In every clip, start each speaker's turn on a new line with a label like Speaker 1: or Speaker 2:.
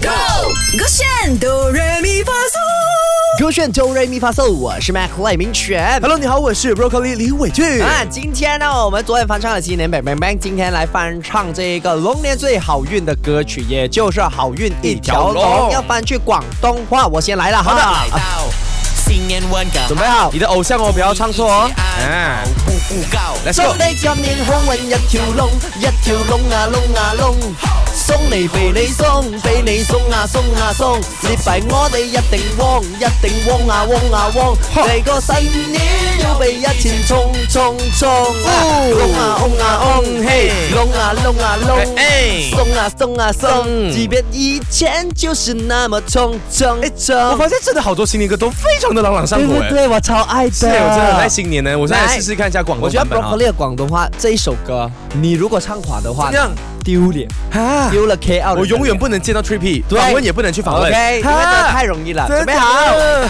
Speaker 1: Go，勾选哆来咪发嗦，
Speaker 2: 勾选哆瑞咪发嗦，我是 Mac 赖明全。
Speaker 3: Hello，你好，我是 Broccoli 李伟俊。
Speaker 2: 啊，今天呢，我们昨天翻唱了新年 Bang Bang Bang，今天来翻唱这个龙年最好运的歌曲，也就是《好运一条龙》
Speaker 3: 一条龙
Speaker 2: 要翻去广东话，我先来了，好的，
Speaker 4: 来
Speaker 3: 啊
Speaker 4: 到新年温高，
Speaker 3: 准备好，你的偶像哦，不
Speaker 4: 不
Speaker 3: 要唱错哦。哎
Speaker 4: 步步高，
Speaker 3: ，Let's
Speaker 2: 祝
Speaker 3: go。
Speaker 2: 你今年好运一條龍，一條龍啊龍啊龍，送你俾你送，俾你送啊送啊送，你拜我哋一定旺，一定旺啊旺啊旺，嚟個新年要俾一錢衝衝衝，龍啊龍啊龍嘿，龍啊龍啊龍，送啊送啊送，即便以前就是那麼衝衝
Speaker 3: 我
Speaker 2: 衝
Speaker 3: 发，现真的好多新年歌都非常的朗朗上
Speaker 2: 对
Speaker 3: 口
Speaker 2: 不
Speaker 3: 哎。
Speaker 2: 对？我超愛的，
Speaker 3: 是哎，我真的很爱新年呢，我现在
Speaker 2: 来
Speaker 3: 试试看一下广
Speaker 2: 我
Speaker 3: 东
Speaker 2: 觉得
Speaker 3: 版本啊
Speaker 2: Broccoli 的广东话这一首歌，你如果唱垮的话，
Speaker 3: 怎样
Speaker 2: 丢脸，
Speaker 3: 啊，
Speaker 2: 丢了 KL 的感觉。
Speaker 3: 我永远不能见到 Trippy，
Speaker 2: 对
Speaker 3: 访问也不能去访问。
Speaker 2: OK，因为真的太容易了。准备好，
Speaker 4: 到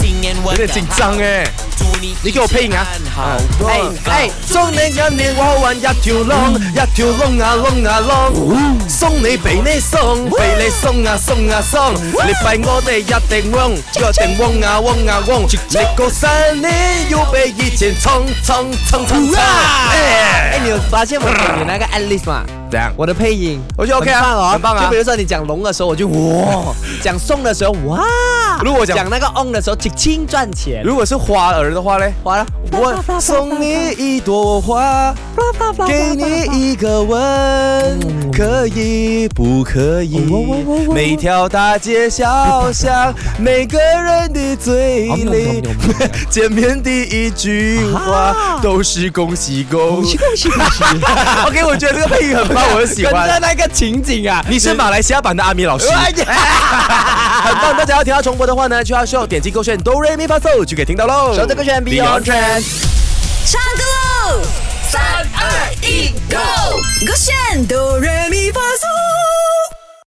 Speaker 4: 新年温
Speaker 3: 有点紧张哎。
Speaker 4: 祝你
Speaker 3: 你给我配音啊
Speaker 4: 好
Speaker 2: 哎哎，
Speaker 3: 祝你今年我运一条龙，一条龙啊龙啊龙，送你俾你送，俾你送啊送啊送，你拜我哋一定旺，一定旺啊旺啊旺，你个新年要比以前冲冲冲冲冲！
Speaker 2: 哎
Speaker 3: 哎，，
Speaker 2: 你有发现我给你那 个 Alice 吗？
Speaker 3: 怎样？
Speaker 2: 我的配音，
Speaker 3: 我觉得 OK 啊
Speaker 2: 很棒哦，
Speaker 3: 很棒啊
Speaker 2: 就比如说你讲龙的时候，我就哇；讲送的时候，哇；
Speaker 3: 如果我讲
Speaker 2: 讲那个 on 的时候，轻赚钱。
Speaker 3: 如果是花儿的话呢？
Speaker 2: 完了，
Speaker 3: 我送你 一朵花，给你 一个吻，可以不可以？每条大街小巷，每个人的嘴里， 见面第一句话都是恭喜啊恭喜。
Speaker 2: 恭喜恭喜！
Speaker 3: OK，我觉得这个配音很棒，我很 喜
Speaker 2: 跟着
Speaker 3: 欢。
Speaker 2: 那个情景啊，哎
Speaker 3: 你是马来西亚版的阿米老师。哎 很棒，大家要听到重播的话呢，就要需要点击勾选哆瑞咪发嗦就可以听到喽。
Speaker 2: 首这个选 Beyond Trend。
Speaker 1: 唱歌喽！三二一，Go，勾选哆